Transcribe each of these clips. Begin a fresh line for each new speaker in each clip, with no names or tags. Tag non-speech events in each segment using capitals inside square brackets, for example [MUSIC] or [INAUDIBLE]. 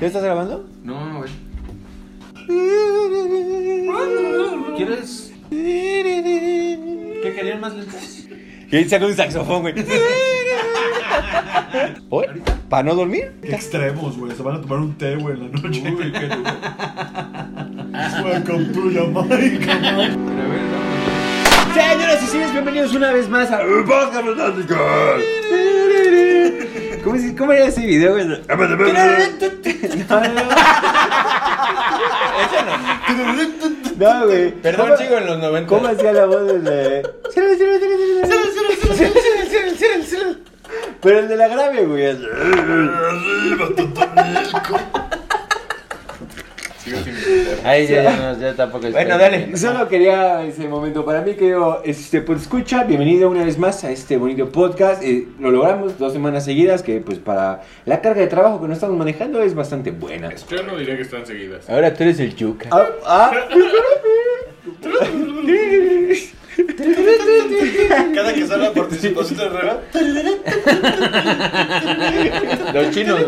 ¿Ya estás grabando?
No, güey. ¿Quieres? ¿Qué querían más lentes?
Y ahí saca un saxofón, [LAUGHS] güey. ¿Oye? ¿Para no dormir?
Extremos, güey. Se van a tomar un té, güey, en la noche. [LAUGHS]
Uy, qué duro.
Welcome to Jamaica, man.
Pero a ver, no.
Señoras y señores, bienvenidos una vez más a Podcast Fantástico. ¿Cómo, es- ¿Cómo era [LAUGHS] ese video, güey? No, no. No, güey.
Perdón,
¿Cómo-
chico, en los 90.
¿Cómo hacía la voz del de... Pero el de la grave, güey. es-
Sigo sin entender.
Ay, ya, ya, no, ya tampoco es-
Bueno, dale. Solo quería ese momento para mí, querido este, pues, escucha, bienvenido una vez más a este bonito podcast. Eh, lo logramos dos semanas seguidas, que pues para la carga de trabajo que nos estamos manejando es bastante buena.
Yo no diría que están seguidas.
Ahora tú eres el yuca.
Ah, ah.
Cada que salga por ti, cosita herrera.
Los chinos.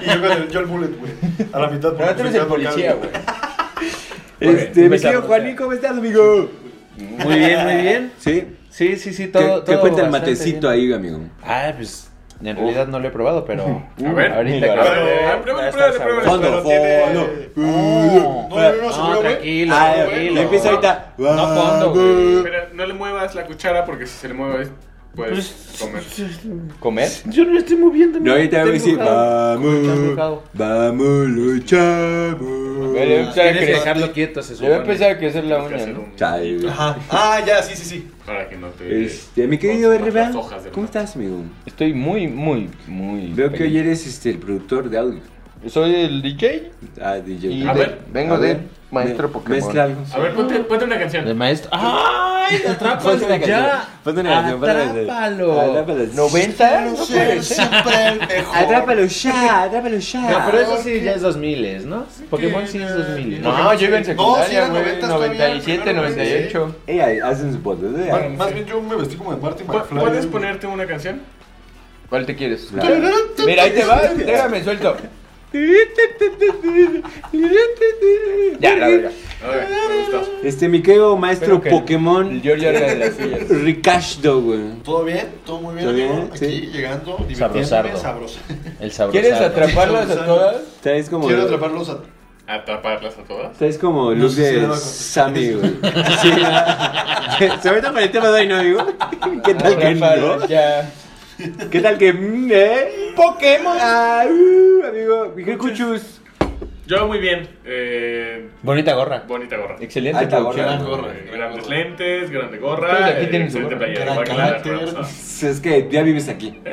Y yo con el, yo el bullet, güey. A la mitad.
Ahora tú eres el
porque
policía,
cada-
güey.
Este, mi
Empezamos,
querido Juanín, ¿cómo estás, amigo?
Muy bien, muy bien.
Sí.
Sí, sí, sí, todo.
¿Qué, qué
todo
cuenta el
bastante
matecito
bien.
ahí, amigo?
Ah, pues. En realidad [LAUGHS] no lo he probado, pero.
A ver.
ahorita
Mira,
que lo
pero-
pruebe,
pruébale,
va a estar
pruébale, pruébale.
sabroso.
Fondo,
pero tiene-
fondo.
No, no, no, se
Ah. No,
murió, güey.
tranquilo,
Ah,
tranquilo.
Uh, le empieza ahorita.
No fondo, güey.
Pero no le muevas la cuchara porque si se le mueve
Pues,
puedes comer.
¿Comer?
Yo no estoy moviendo. No, ahorita "Ah". voy a decir, vamos,
mojado.
vamos, luchamos.
Le voy a eh, empezar a
Tienes que
crecer.
dejarlo quieto, se
Le voy a empezar a crecer la
Tienes que
uña,
hacer
¿no?
un-
Chale, güey.
Ajá. Ah, ya, sí, sí, sí.
Para que no te...
Este, mi querido
rompas
RBA,
las hojas del
¿cómo
mapa.
estás, amigo?
Estoy muy, muy, muy.
Veo que
feliz.
hoy eres este, el productor de audio.
Soy el DJ.
Ah, DJ.
y
A
de-
ver,
vengo
A ver,
de Maestro
me-
Pokémon.
Mezcla algo.
A ver, ponte, ponte una
De
canción.
maestro. ¡Ay! ¡Te atrapas
Ponte una canción,
ya!
ponte una canción, ponte una canción. Atrápalo.
¡Atrápalo! ¿90? No puede ser.
siempre el mejor.
Atrápalo ya, atrápalo ya.
No, pero eso sí ya es 2000, ¿no? Pokémon sí es 2000.
No, yo iba en secundaria, güey,
97,
97,
98.
98.
Ella, hacen ¿eh? su podcast. ella.
Más, más bien yo me vestí como de Marty
Pu-
McFly.
¿Puedes
güey.
ponerte una canción?
¿Cuál te quieres?
Claro.
Mira, ahí te va. Déjame suelto. Ya, la verga.
A ver, me gustó.
Este, mi querido maestro
Espero que
Pokémon
El George habla de las
[LAUGHS]
sillas.
Ricashdo, güey.
¿Todo bien? ¿Todo muy bien?
¿Todo bien?
amigo? Aquí
Sí.
llegando, divirtiéndome,
Sabrosardo.
sabroso.
El sabroso. ¿Quieres atraparlas a todas?
Traes como.
Quiero atraparlos a...
¿Atraparlas a todas?
Traes como look
sé si le
de
va a
Sammy,
[LAUGHS]
güey. Sí, [LAUGHS] ¿verdad? Sobre todo con el tema de hoy, ¿no, amigo? [LAUGHS] ¿Qué
Ah,
tal que no?
Atraparlas ya.
¿Qué tal que mm, eh? Pokémon? Ah, uh, amigo, Miguel Cuchus.
Yo muy bien. Eh,
Bonita gorra.
bonita gorra.
Excelente
Alta
producción.
gran gorra.
Eh, Grandes lentes, grande
Todos
gorra.
aquí
eh,
tienen su
excelente
gorra.
playera.
Gran
igual que la de
carácter.
Rams,
Es que ya vives aquí.
¿no?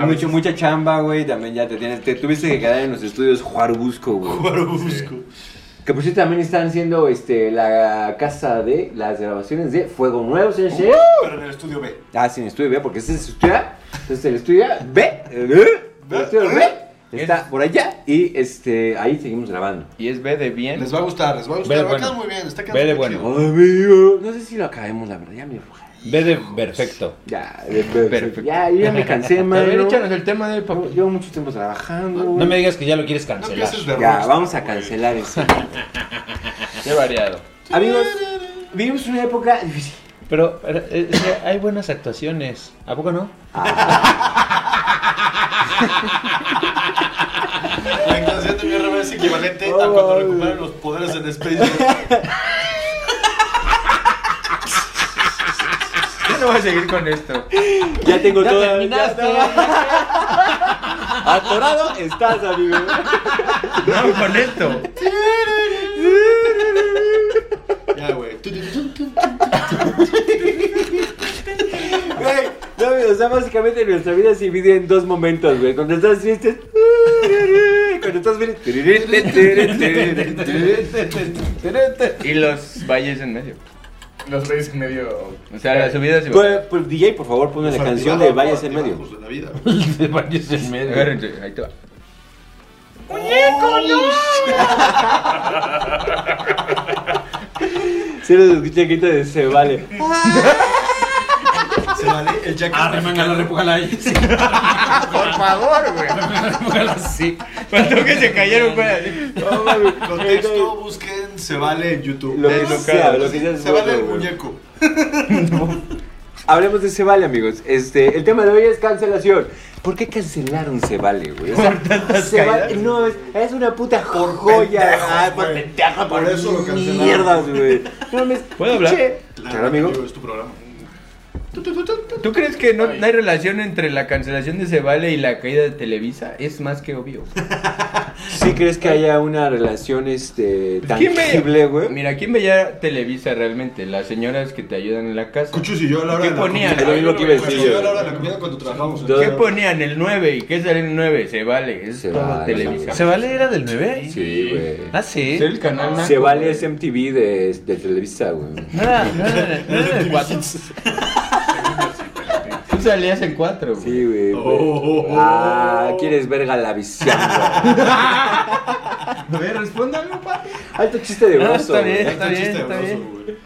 A
Mucho,
pues.
veces-
mucha chamba, güey. También ya te tienes. Te tuviste que quedar en los estudios Juarbusco, güey.
Pero busco.
Que por cierto también están siendo este, la casa de las grabaciones de Fuego Nuevo, señor. señor.
Pero en el estudio B.
Ah, sí, en el estudio B, porque este es el estudio A. Entonces el estudio A, B, eh, el estudio B está por allá y este, ahí seguimos grabando.
Y es B de bien.
Les va a gustar, les va a
Ve de
gustar. Va a
bueno.
quedar muy bien, está quedando
Ve de
muy
bueno.
chido.
Ay, amigo. No sé si lo acabemos, la verdad, ya me enojé.
B de perfecto.
Ya, de- de-
Perfecto.
ya, yo ya me
[LAUGHS]
cansé,
A ver,
mano.
échanos el tema de
Yo-
papá.
Llevo mucho tiempo trabajando.
No
güey.
me digas que ya lo quieres
No
cancelar.
empieces de
Ya,
rockstar,
vamos a
güey.
cancelar eso.
Qué variado.
Amigos, vivimos una época difícil.
Pero, pero, eh, o sea, hay buenas actuaciones. ¿A poco no?
La canción de mi RB es equivalente a cuando recuperan los poderes en Space Jam.
Yo no voy a seguir con esto.
Ya tengo
Ya
todo.
terminaste. [LAUGHS]
Atorado estás, amigo.
No, con esto.
Ya, güey.
Güey, no, güey, o sea, básicamente nuestra vida se divide en dos momentos, güey. Cuando estás triste, cuando estás feliz.
Y los valles en medio.
Los reyes en medio.
O sea, las subidas y
Pues, pues, DJ, por favor, ponme la canción de Valles en medio.
Pues de la vida.
Los valles en medio. Agárrense, ahí te va.
Si lo escuché, quita de se vale.
Oh, Se le equivale el Jack
Ah, remangala, repújala ahí.
[LAUGHS]
Sí.
Por favor, güey.
Repújala así. Faltó que se cayeron, güey.
Contexto, busquen, se vale en YouTube.
Lo que
Es-
sea, lo que sea es
Se vale
bueno,
el
güey.
muñeco.
Hablemos de Se Vale, amigos. Este, el tema de hoy es cancelación. ¿Por qué cancelaron Se Vale, güey? O sea, Se Vale-
caídas.
no, es, es una puta
Por
joya.
pendejos,
Ah, por
güey.
pendeja,
Por
por
eso lo cancelaron.
Mierdas, güey. No me
¿Puedo hablar?
Claro, amigo.
Es tu programa.
¿Tú crees que no, no hay relación entre la cancelación de Cebale y la caída de Televisa? Es más que obvio.
¿Sí crees que haya una relación este
¿Quién veía-
tangible,
¿Eh?
güey?
Mira, ¿quién veía Televisa realmente? Las señoras que te ayudan en la casa.
Cuchus y yo a la hora
¿Qué
de la
ponían?
comida.
Es lo mismo que iba a
Cuchus
decir
y yo a
yo.
la hora de la comida cuando trabajamos. en-
Yo-
¿Qué ponían? El 9. ¿Y qué sale el 9? Se vale. Es
Se
todo
vale.
Televisa.
¿Se vale era del 9?
Sí, güey.
Ah, sí.
Es el
Ah,
canal naco,
Se Vale
güey.
es MTV de, de Televisa, güey.
No era, no era, no era del 4.
Tú salías en 4, güey.
Sí, güey. güey.
Oh, oh, oh.
Ah, quieres ver Galavisian, güey.
A ver, respóndalo, papi.
Alto chiste de
No,
grosso.
Ah, está bien,
güey.
está
Chiste
bien,
de
está
broso,
bien.
güey.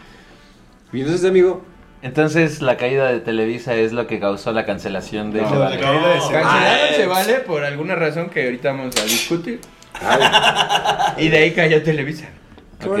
Y entonces, amigo,
Entonces, la caída de Televisa es lo que causó la cancelación de Ah,
No,
Se
La
Vale.
caída de Cebale.
Cancelaron Se vale por alguna razón que ahorita vamos a discutir. Y de ahí cayó Televisa.
Ok.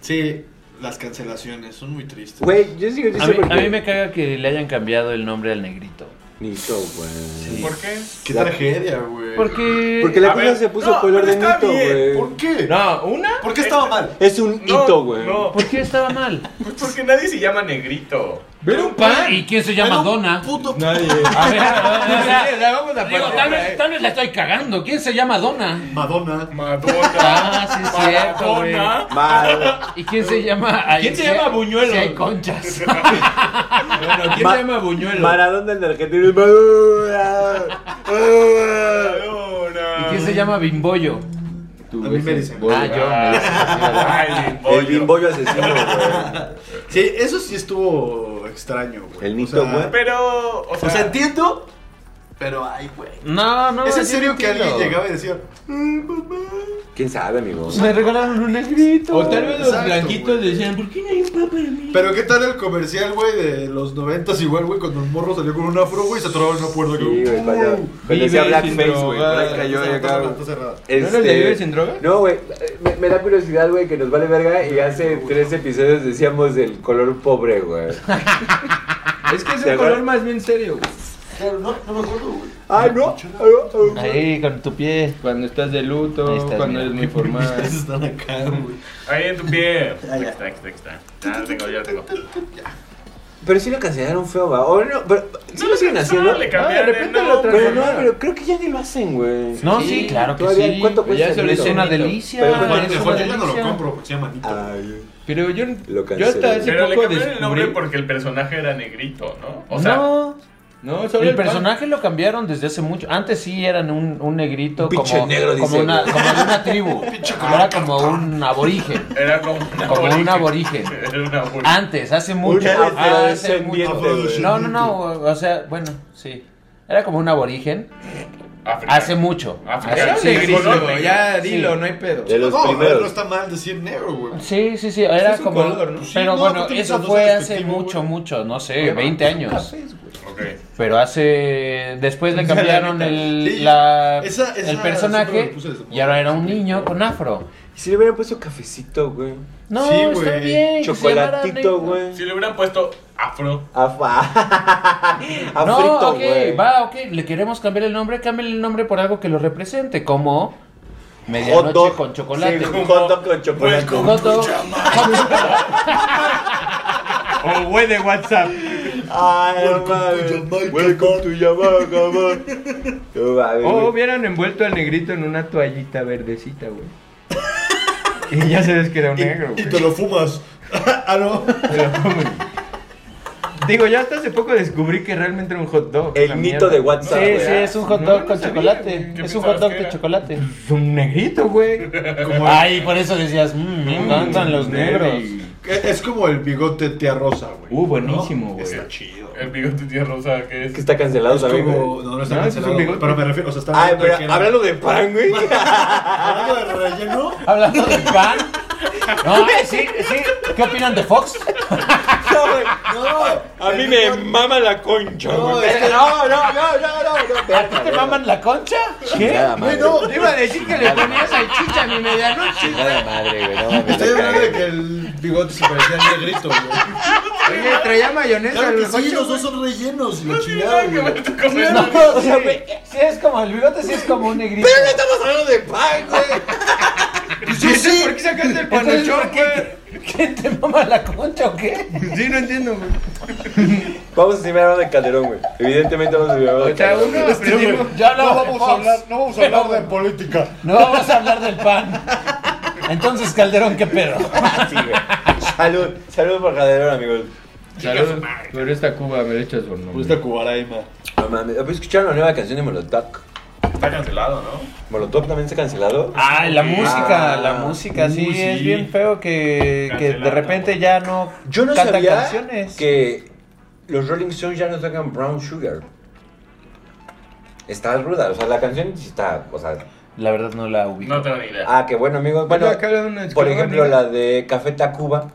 Sí, las cancelaciones son muy tristes.
güey, yo sigo
A
diciendo
mí, a mí me caga que le hayan cambiado el nombre al negrito.
Nito, güey.
¿Por qué?
Qué
La-
tragedia, güey.
Porque.
Porque la
A
cosa
ver,
se puso
no,
color
pero
de
está
Nito,
bien,
güey.
¿Por qué?
No, una.
¿Por qué estaba mal?
Es un hito, güey.
No,
¿Por qué estaba mal?
pues porque nadie se llama negrito.
Ver un pan.
¿Y quién se llama
Era un
Donna?
[LAUGHS]
Puto
Nadie.
A ver, o sea,
La vamos a
digo, tal vez,
pasar.
tal vez la estoy cagando. ¿Quién se llama Donna?
Madonna.
Madonna.
Ah, sí es cierto, güey.
Maradona.
Mal.
¿Y quién se llama? ahí?
¿Quién se
Si-
llama Buñuelo?
si hay
[LAUGHS]
conchas.
Bueno, ¿quién
Ma-
se llama Buñuelo?
Maradona en Argentina. Maradona.
Madonna.
¿Y quién se llama Bimboyo?
A mí me dicen.
Ah, yo. me dicen,
Ay, limbollo.
El bimbollo asesino, güey.
Sí, eso sí estuvo extraño, güey.
El
O
Nito,
sea,
güey.
Pero, o sea,
O sea, entiendo, pero ay, güey.
No, no.
¿Es en
yo
serio
no
que alguien
entiendo.
llegaba y decía, "Mm, "Ay, mamá"?
¿Quién sabe, amigo?
Me regalaron un negrito.
O tal vez los
Exacto,
blanquitos
güey.
decían, ¿por qué no hay un pan para mí?
Pero qué tal el comercial, güey, de los noventas igual, güey, cuando el morro salió con un afro, güey, y se atoraba en una puerta. "Uh".
Sí,
que-
güey, cuando cuando
Vive
decía
sin
Blackface, güey.
drogas.
Por ahí cayó
Está
y acá,
cerrada,
güey.
está cerrada.
¿No era el de Vive sin drogas?
Este, No, güey, me, me da curiosidad, güey, que nos vale verga y hace tres episodios decíamos del color pobre, güey.
Es que es
¿Te
un color
acuerdas?
más bien serio, güey.
Claro, no, no me acuerdo, [LAUGHS] güey.
Ah, no.
Ahí, con tu pie.
Cuando estás de luto,
Ahí estás,
cuando
mira.
eres muy formal.
[LAUGHS]
Ustedes están acá, güey.
ahí en tu pie.
Ah,
Aquí
ya.
está, aquí está, aquí está. Ya lo tengo, ya lo tengo.
Pero sí lo cancelaron feo, va. O no, pero sí lo
lo
siguen haciendo.
cancelaron, le cambiaron
Ah, de repente
el
lo
nombre.
Pero no,
Transformaron.
pero creo que ya ni lo hacen, güey.
No, sí, claro que
Todavía,
sí.
¿cuánto cuesta
Ya
el
se lo
negrito?
Es una
Pero-
delicia.
pero
es
bueno,
una
Mejor yo ya no lo
delicia.
compro porque se llama Nito.
Ay,
Pero yo,
Lo
yo hasta
cancelé.
hace
Pero le
poco
cambiaron el nombre
descubrí.
porque el personaje era negrito, ¿no? O sea,
no,
No, solo
el,
pan.
personaje lo cambiaron desde hace mucho. Antes sí eran un, un negrito
Pinche
como,
negro,
como,
dice,
una,
güey.
como de una tribu. Ahora como un aborigen.
era como un
Como un aborigen.
[LAUGHS] Era un aborigen.
Antes, hace mucho. Ah,
Un
hace mucho.
afrodescendiente,
No, no, no. O o sea, bueno, sí. Era como un aborigen.
Ah,
Africano.
Hace mucho.
Africano,
Hace-
Era
sí,
un
sí,
negro,
negrito,
sí.
¿no?
ya
Sí.
dilo, no hay
[LAUGHS]
pedo.
De los
no,
primeros.
no está mal decir negro, güey.
Sí, sí, sí, era
es un
como...
color, ¿no?
Sí,
Pero
no,
bueno,
aparte
eso
mientras no
fue
sea
hace
despectivo,
mucho,
güey.
mucho, no sé, 20 años.
Ok.
Pero hace... Después le
Esa
cambiaron
la
el,
Sí,
la-
esa- esa
el
siempre
personaje
me puse desde
y ahora era un niño con afro.
Y si le hubieran puesto cafecito, güey.
No,
Sí,
está
güey.
bien. que se llamara
Chocolatito,
negro.
güey.
Si le hubieran puesto afro.
Afa. [LAUGHS]
No,
Afrito,
ok,
güey.
va, ok, le queremos cambiar el nombre, cámbiale el nombre por algo que lo represente, como...
Hot
Medianoche
dog
con chocolate.
Sí, un hot dog con chocolate.
Welcome.
Hot dog.
O güey de WhatsApp.
Ay, no
Welcome
mames.
to Jamaica.
Ah, Welcome to Jamaica, man. No mames,
O
güey.
hubieran envuelto al negrito en una toallita verdecita, güey. Y ya sabes que era un negro,
Y te
güey.
lo fumas. [LAUGHS] ah, no.
Pero, güey. Digo, ya hasta hace poco descubrí que realmente era un hot dog.
El
esa
mito
mierda.
de WhatsApp.
Sí,
güey.
sí, es un hot
No,
dog
no
con
sabía, güey.
chocolate.
¿Qué
Es un
pensabas
hot dog
que
de
era?
chocolate.
Es un negrito, güey.
Ay, por eso decías, mmm,
Mm,
me encantan los negros.
Es es como el bigote tía rosa, güey.
Uh, buenísimo, güey.
Está chido.
El bigote tía rosa, que es?
Que está cancelado
Es
también,
como-
güey.
No, no está
No, es
cancelado.
un bigote.
pero me refiero, o sea, está
Ay,
hablando de que
pero
era-
háblalo de pan,
[LAUGHS]
güey.
Algo de relleno.
[LAUGHS]
Hablando de pan. No, sí, sí. ¿Qué opinan de Fox?
No,
A mí me mama la concha,
No,
güey.
es que no, no, no, no, no, no.
¿A ti te maman la concha?
Nada madre.
Bueno,
güey.
Te iba a decir que le ponía salchicha a mi medianoche.
Nada madre, güey. No mames.
Estoy hablando de que el bigote se parecía al negrito, güey.
Oye, traía mayonesa.
Claro que
los
sí,
ocho,
los
güey.
dos son rellenos y la
No tiene
chingada,
nada que
güey.
ver tu comida.
No, o sea, güey, si es como el bigote, si es como un negrito.
Pero no estamos hablando de pan, güey.
¿Y entonces ¿Por qué sacaste el
Entonces,
panochón,
¿por qué- ¿Quién te mama la concha o qué?
güey? Sí, no entiendo, güey.
Vamos a seguir hablando de Calderón, güey. Evidentemente vamos a seguir hablando de
O sea,
Calderón.
uno aprendimos.
Ya hablamos de Fox.
no vamos a hablar [LAUGHS] de política.
No vamos a hablar del pan. Entonces, Calderón, ¿qué pedo?
Sí, güey. Salud, salud por Calderón, amigos.
Salud. Pero esta Cuba me la echas o no.
Gusta Cubaraima.
No mames. ¿Pues escucharon la nueva canción de Molotov?
Está cancelado, ¿no?
¿Molotov también se ha cancelado?
Ay, la música,
Ah,
la música, sí,
uh, sí.
es bien feo que, que de
Cancelado.
repente ya no
Yo no
canta
sabía
canciones.
que los Rolling Stones ya no tocan Brown Sugar. Está ruda, o sea, la canción sí está, o sea,
La verdad no la ubico.
No tengo ni idea.
ah, qué bueno, amigo. Bueno,
Acá habla de una
por
esclava,
ejemplo,
amiga.
la de Café Tacuba,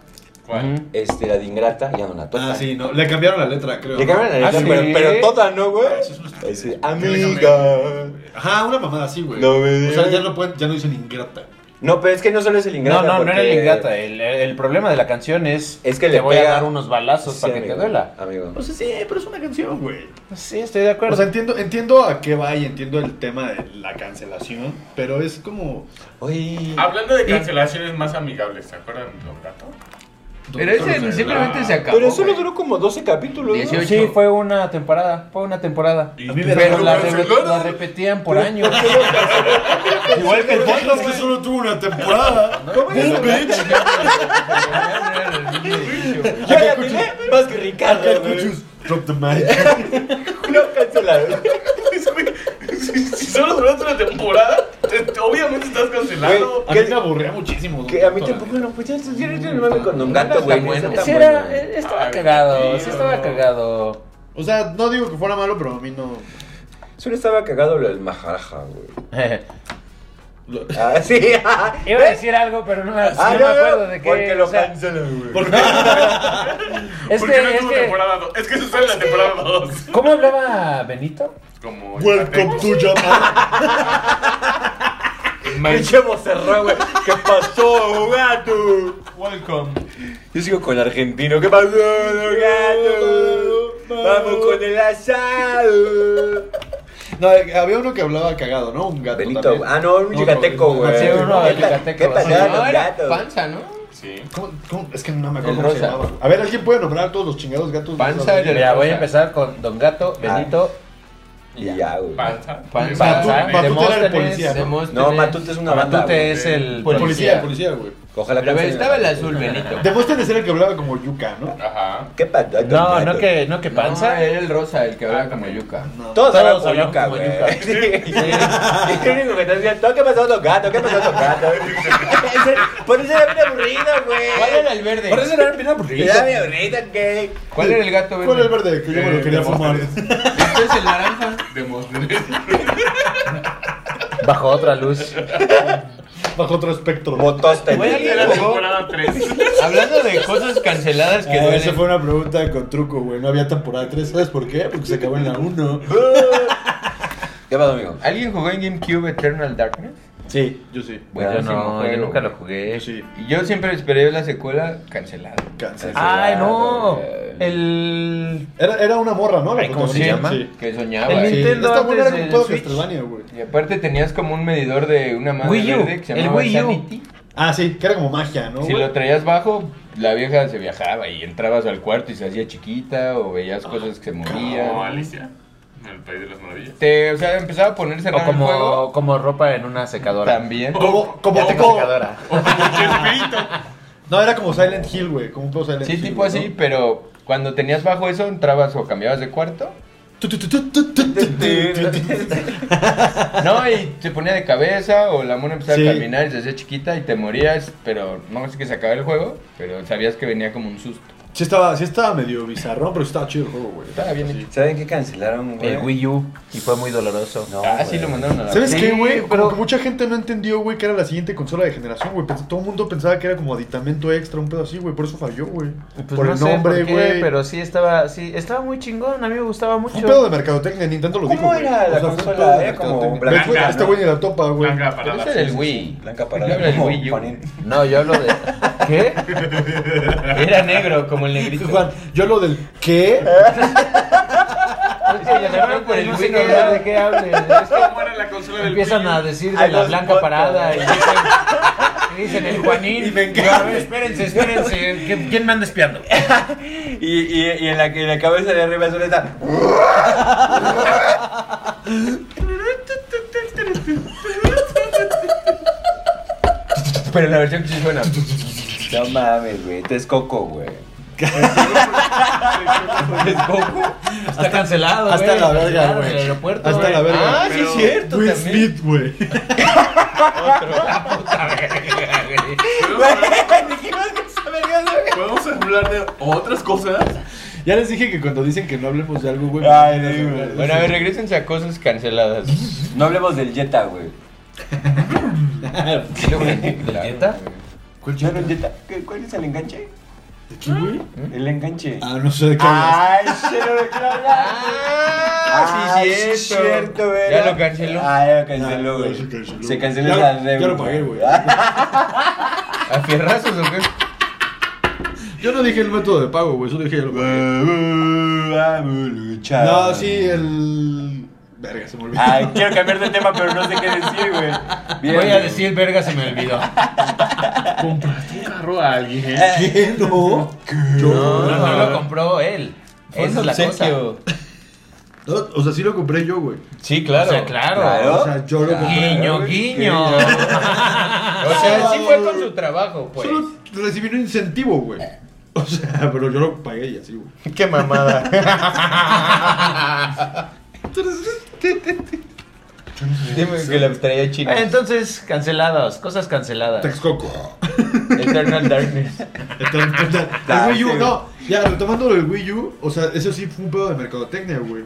¿Cuál?
este, la de Ingrata, ya no la tocan.
Ah, sí, no. Le cambiaron la letra, creo.
Le
¿no?
cambiaron la
Ah,
letra,
sí.
pero, pero toda, ¿no, güey?
Ah, eso es una-
Ese,
Amiga.
amiga.
Ajá, una mamada así, güey.
No me
O sea,
digas.
ya no, pueden, ya no dicen ingrata.
No, pero es que no solo es el
No,
Ingrata.
no, no era el
porque-
ingrata. El, el problema de la canción es,
Es que
te
le
voy
pega-
a dar unos balazos
Sí,
para que
amigo,
te duela.
Amigo.
O sea, sí, pero es una canción, güey.
Sí, estoy de acuerdo.
O sea, entiendo, entiendo a qué va y entiendo el tema de la cancelación, pero es como...
Oye.
Hablando de cancelaciones más amigables, ¿se acuerdan de los gatos?
Pero ese
Entonces,
simplemente
la-
se acabó.
Pero solo
güey.
duró como 12 capítulos. ¿no?
18.
sí, fue una temporada, fue una temporada.
A mí me
Pero
da-
la,
pero
re-
se-
la repetían por años.
[LAUGHS]
Igual que el podcast que solo tuvo una [LAUGHS] temporada. ¿Cómo es? bitch.
Yo la atiné más que
[LAUGHS]
Ricardo. güey.
Cuchus, Drop the mic. [LAUGHS]
No, cancelado.
si, si solo duraste una temporada, te- obviamente estás cancelado.
A mí me aburría muchísimo.
Que a mí tampoco no, pues ya se no con un gato,
está
güey.
bueno.
no está
Sí, era-
bueno.
eh, estaba
Ay,
cagado,
tío.
sí estaba cagado.
O sea, no digo que fuera malo, pero a mí no...
Solo estaba cagado lo del majaraja, güey.
lo-
Ah, [LAUGHS] sí. Ah,
Iba a decir algo, pero no me, [LAUGHS]
ah,
no me acuerdo de qué.
Porque
o
lo
sea,
cancelan, güey.
Porque
es
¿Por qué
que,
no
es
tuvo
que-
temporada 2? Es que eso sale en la temporada 2.
¿Cómo hablaba Benito?
Como.
Welcome to Japan.
Pinche vocerrón, güey. ¿Qué pasó, gato?
Welcome.
Yo sigo con argentino. ¿Qué pasó, gato? Vamos con el asado.
[LAUGHS] No, eh, había uno que hablaba cagado, ¿no? Un gato
Benito.
también.
Ah, no, un yucateco, güey.
Sí, uno
¿Qué pa-
yucateco,
¿Qué
sí.
pasaba
No,
los gatos?
panza, ¿no?
Sí.
¿Cómo, cómo? Es que no me
El
acuerdo cómo se
rosa.
llamaba. A ver, ¿alguien puede nombrar todos los chingados gatos?
Panza,
de
el-
la
Mira, voy a empezar con Don Gato, Benito.
Y ya, güey.
Panza.
Panza,
Matute- Matute era el policía, ¿no?
Demóstenes.
No, Matute es una banda.
Matute
güey.
es el
policía, policía, policía, güey.
Ojalá
Pero
cancelen
estaba
a
el
Matute.
azul, Benito.
Demóstenes ser el que hablaba como yuca, ¿no?
Ajá.
¿Qué pasó?
No, no que, no que panza.
No, era el rosa, el que hablaba como yuca.
No.
Todos hablan
Todos
como yuca,
hablan como yuca.
güey. [LAUGHS] Sí. Sí. [LAUGHS] Es el único que está diciendo, ¿qué pasó los gatos? ¿Qué pasó los gatos? Ese- [LAUGHS] Por eso era bien aburrido, güey.
¿Cuál era el verde?
Por eso era bien aburrido. Era bien aburrido, güey.
¿Cuál era el gato verde?
¿Cuál era el verde? Que yo me lo
Eh,
quería fumar.
Demóstenes.
Este es el naranja.
De Mosner.
Bajo otra luz.
[LAUGHS] Bajo otro espectro.
De
Motóstenes.
la temporada 3.
Hablando de cosas canceladas que
Ah,
duelen.
esa fue una pregunta con truco, güey. No había temporada 3, ¿sabes por qué? Porque se acabó en la [LAUGHS] 1.
¿Qué pasó, amigo?
¿Alguien jugó en GameCube Eternal Darkness?
Sí, yo sí.
Bueno,
Pues yo
sí,
no,
mujer,
yo nunca
güey.
lo jugué.
Sí.
Y yo siempre esperé la secuela cancelada.
Cáncer.
Ay, no.
El-
El.
Era, era una morra, ¿no? La
Ay, ¿cómo se
protagonista,
llama?
Sí.
Que soñaba.
El
sí.
Nintendo
Esta morra era
antes
como
del
todo
Switch.
Castlevania, güey.
Y aparte tenías como un medidor de una madre
Wii U,
verde que se
el
llamaba
Wii U.
Sanity.
Ah, sí, que era como magia, ¿no?
Si
güey?
lo traías bajo, la vieja se viajaba y entrabas al cuarto y se hacía chiquita o veías cosas que se
Como
movían.
Alicia. En el País de las Maravillas.
Te, o sea, empezaba a ponerse
O
raro el juego.
como, como ropa en una secadora.
También.
Como, como,
Ya tengo
como-
secadora.
No, era como Silent Hill, güey. Como un poco Silent
Sí,
Hill.
tipo
güey,
así,
¿no?
pero cuando tenías bajo eso, entrabas o cambiabas de cuarto.
Tu, tu, tu, tu, tu, tu, tu, tu, tu.
No, y se ponía de cabeza o la mona empezaba
Sí.
a caminar y se hacía chiquita y te morías, pero no sé que se acababa el juego, pero sabías que venía como un susto.
Sí estaba, sí estaba medio bizarrón, pero estaba chido el juego, güey.
Estaba bien hecho.
¿Saben qué cancelaron, güey?
El Wii U. Y fue muy doloroso.
No,
Ah, sí
güey.
lo mandaron a la.
¿Sabes
Sí,
qué, güey? Como
pero-
que mucha gente no entendió, güey, que era la siguiente consola de generación, güey. Pens- Todo el mundo pensaba que era como aditamento extra, un pedo así, güey. Por eso falló, güey.
Pues
por
no
el
sé
nombre,
por qué,
güey.
Pero sí estaba, sí, estaba muy chingón. A mí me gustaba mucho.
Fue un pedo de mercadotecnia, Nintendo lo
¿Cómo
dijo, güey.
era la
fue un
consola?
pedo de
Era como
mercadotecnia.
blanca,
Después, Este
¿no?
güey ni la topa, güey.
Blanca para
Pero
la-
ese era el Wii.
Blanca
Yo
parada.
hablo del
como
Wii U.
panel.
No, yo hablo de. ¿Qué?
Era negro, como el negrito.
Juan, yo lo del ¿qué?
Es que de repente
por el
no
Wii,
sé qué-
¿no?
de qué hablen. Es que
¿Cómo era la consola del
empiezan
Wii U?
a decir de
Hay
la
dos
blanca
botas.
parada y dicen, y dicen el Juanín.
Y me
A
encanta.
ver, espérense, espérense. ¿qué- ¿Quién me anda espiando?
Y, y, y en, la, en la cabeza de arriba solo está.
Pero la versión que sí suena.
No mames, güey. Este es Coco, güey.
¿Es Goku?
Está cancelado.
Hasta
güey,
la verga,
cancelado del
güey.
aeropuerto,
Hasta
güey.
la verga.
Ah, sí, es
Pero-
cierto.
Will
también.
Smith, güey.
Podemos hablar de otras cosas.
Ya les dije que cuando dicen que no hablemos de algo, güey.
Ay,
no,
sí,
no,
güey.
no,
Bueno, a ver, regresense a cosas canceladas.
No hablemos del Jetta, güey.
¿La dieta?
¿Cuál
¿Ya no
chingada?
el Jetta? ¿Qué- ¿Cuál es el enganche? ¿Eh?
¿De qué, güey?
El enganche.
Ah, no sé de qué hablas.
Ay, shit, no me quiero hablar.
Ah, sí,
Ay,
cierto.
cierto, güey.
Ya lo canceló.
Ah, ya lo canceló,
Ah,
güey.
ya se canceló.
Se canceló
Ya-
la
ya
deuda. Ah,
lo pagué, güey.
¿A fierrazos o qué?
Yo no dije el método de pago, güey. Solo dije el.
Vamos, luchar.
No, sí, el. Verga, se me olvidó.
Ay, quiero cambiar de tema, pero no sé qué decir, güey. Bien,
Voy a
güey.
decir, verga, se me
[LAUGHS]
olvidó.
¿Compraste un carro a alguien?
Eh,
¿Qué? No. Yo-
No, no lo compró él.
Fue
Esa es
un
la cosa.
obsequio.
No, o sea, sí lo compré yo, güey.
Sí, claro.
O sea, claro.
Claro.
O sea, yo lo compré.
Guiño, guiño.
O sea, sí fue con su trabajo, pues.
Solo recibí un incentivo, güey. O sea, pero yo lo pagué y así, güey.
Qué mamada. Dime que la traía china.
Eh. Entonces, cancelados. Cosas canceladas.
Texcoco.
Eternal Darkness.
el Wii U, no. Ya, retomando el Wii U, o sea, eso sí fue un pedo de mercadotecnia, güey.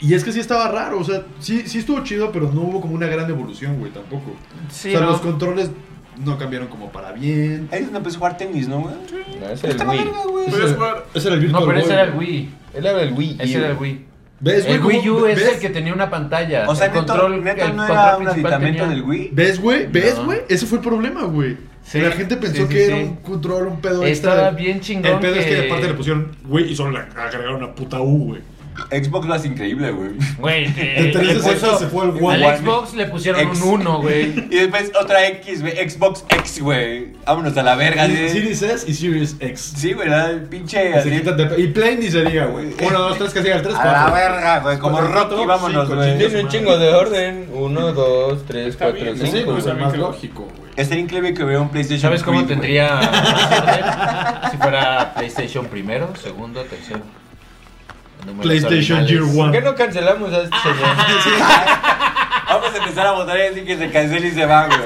Y es que sí estaba raro, o sea, sí, sí estuvo chido, pero no hubo como una gran evolución, güey, tampoco.
Sí,
o sea,
¿no?
los controles no cambiaron como para bien.
Ellos no empezó a jugar tenis, ¿no, güey? Ah,
No, es el Wii.
Puedes jugar.
Ese era el Virtual
No, pero ese
Boy,
era el
güey.
Wii.
Él era el Wii.
Ese era el Wii.
¿Ves, güey,
El Wii
cómo-
U es
ves-
el que tenía una pantalla.
O sea,
el
neto,
control,
neto
el
no
control
era un
principal
aditamento
tenía-
del Wii.
¿Ves, güey? ¿Ves,
No.
güey? Ese fue el problema, güey.
Sí,
La gente pensó
sí, sí,
que era
sí.
un control, un pedo extra.
Estaba
de-
bien chingón.
El pedo es que aparte le pusieron Wii y solo le agregaron una puta U, güey.
Xbox lo hace increíble, güey. [LAUGHS]
Güey,
De
eh, le
360 se
puso-
fue al
One.
One.
al Xbox le pusieron
Ex.
un 1, güey.
Y después otra X, güey. Xbox X, güey. Vámonos a la verga,
Y
sí.
Series S y Series X.
Sí, güey, la pinche.
Se
así.
quitan de- Y Play ni se diga, güey. Uno, dos, tres, que se diga el tres,
A la
cuatro. Pues,
verga, güey. Como
Cuatro,
Rocky,
cinco,
vámonos, güey.
Tiene un chingo de orden. Uno, dos, tres,
Está
cuatro,
bien,
Sí,
cinco.
güey,
pues,
es
también
más
creo.
lógico, güey.
Estaría increíble que hubiera un PlayStation.
¿Sabes cómo
Wii, güey.
[LAUGHS] tendría si fuera PlayStation primero, segundo, tercero? Números
PlayStation Year
ordinales.
¿Por qué
One.
no cancelamos a
[LAUGHS]
este señor?
Vamos a empezar a votar y decir que se cancela y se va, güey.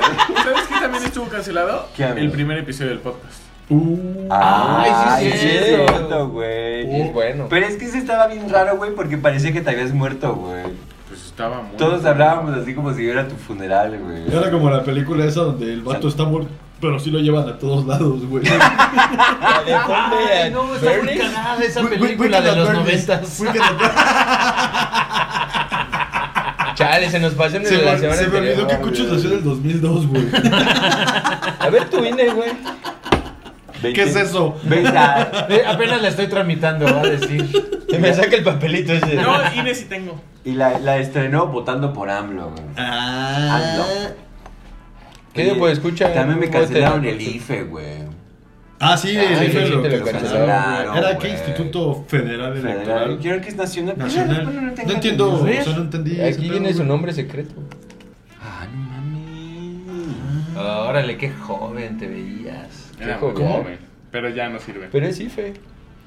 ¿Sabes qué también estuvo cancelado?
¿Qué, amigo?
El primer episodio del podcast.
Uh,
Ay,
sí,
sí,
sí,
es
sí.
cierto, güey.
Es bueno.
Pero es que ese estaba bien raro, güey, porque parecía que te habías muerto, güey.
Pues estaba muy.
Todos hablábamos así como si fuera tu funeral, güey.
Era como la película esa donde el vato está muerto, pero sí lo llevan a todos lados, güey.
Ay, no, está muy
Burns.
cagada esa
Weekend
película
at
de los
Bernie's.
noventas.
Weekend at Bernie's.
Ah,
Chale, se nos pasó en
Se
la
me,
semana
se me olvidó
anterior.
que Cucho nació en el 2002, güey. [LAUGHS]
A
Ah,
ver tu INE, güey.
¿Qué es eso?
Venga.
[LAUGHS] Eh, Apenas la estoy tramitando, va a decir.
Que me saque el papelito ese.
No, Inés sí tengo.
Y la, la estrenó votando por AMLO, güey.
Ah,
¿Qué de pues escucha?
También me
Voten.
cancelaron el IFE, güey.
ah sí, el
Ay, sí,
lo
te
cancelaron,
lo
cancelaron,
güey. Era que
güey.
Instituto Federal
Federal.
Electoral
Creo que es nacional. pero
Nacional.
pero tengo
No entiendo, o
entendido.
sea, no entendí. ese
Aquí
pedo,
viene su
güey.
nombre secreto.
Ah, no mames.
Órale, qué joven te veías.
Era
joven.
joven. Pero ya no sirve.
Pero es IFE.